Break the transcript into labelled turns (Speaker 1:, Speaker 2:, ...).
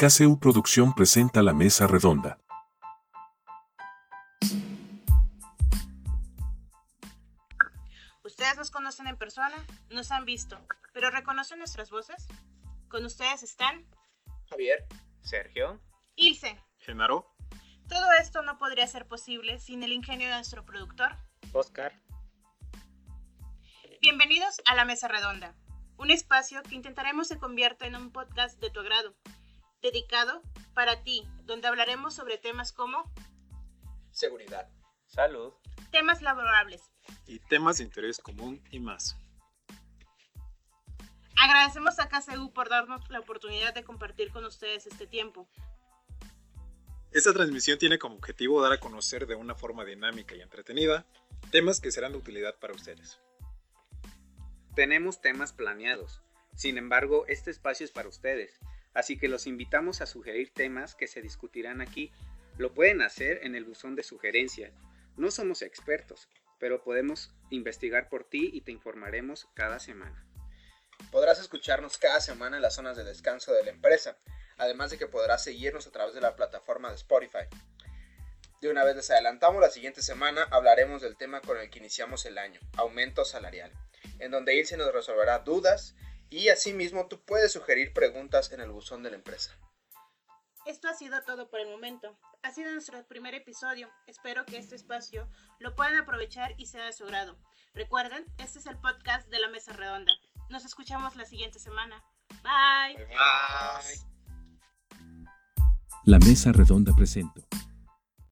Speaker 1: KCU Producción presenta la mesa redonda.
Speaker 2: Ustedes nos conocen en persona, nos han visto, pero reconocen nuestras voces. Con ustedes están
Speaker 3: Javier, Sergio,
Speaker 2: Ilse.
Speaker 4: Genaro,
Speaker 2: Todo esto no podría ser posible sin el ingenio de nuestro productor.
Speaker 3: Oscar.
Speaker 2: Bienvenidos a La Mesa Redonda, un espacio que intentaremos se convierta en un podcast de tu agrado, dedicado para ti, donde hablaremos sobre temas como
Speaker 3: Seguridad.
Speaker 5: Salud.
Speaker 2: temas laborables.
Speaker 4: y temas de interés común y más.
Speaker 2: Agradecemos a KCU por darnos la oportunidad de compartir con ustedes este tiempo.
Speaker 4: Esta transmisión tiene como objetivo dar a conocer de una forma dinámica y entretenida temas que serán de utilidad para ustedes.
Speaker 3: Tenemos temas planeados. Sin embargo, este espacio es para ustedes, así que los invitamos a sugerir temas que se discutirán aquí. Lo pueden hacer en el buzón de sugerencias. No somos expertos, pero podemos investigar por ti y te informaremos cada semana.
Speaker 6: Podrás escucharnos cada semana en las zonas de descanso de la empresa, además de que podrás seguirnos a través de la plataforma de Spotify. De una vez les adelantamos, la siguiente semana hablaremos del tema con el que iniciamos el año, aumento salarial, en donde Ilse nos resolverá dudas y asimismo tú puedes sugerir preguntas en el buzón de la empresa.
Speaker 2: Esto ha sido todo por el momento. Ha sido nuestro primer episodio. Espero que este espacio lo puedan aprovechar y sea de su grado. Recuerden, este es el podcast de la Mesa Redonda. Nos escuchamos la siguiente semana. Bye.
Speaker 1: La mesa redonda presento.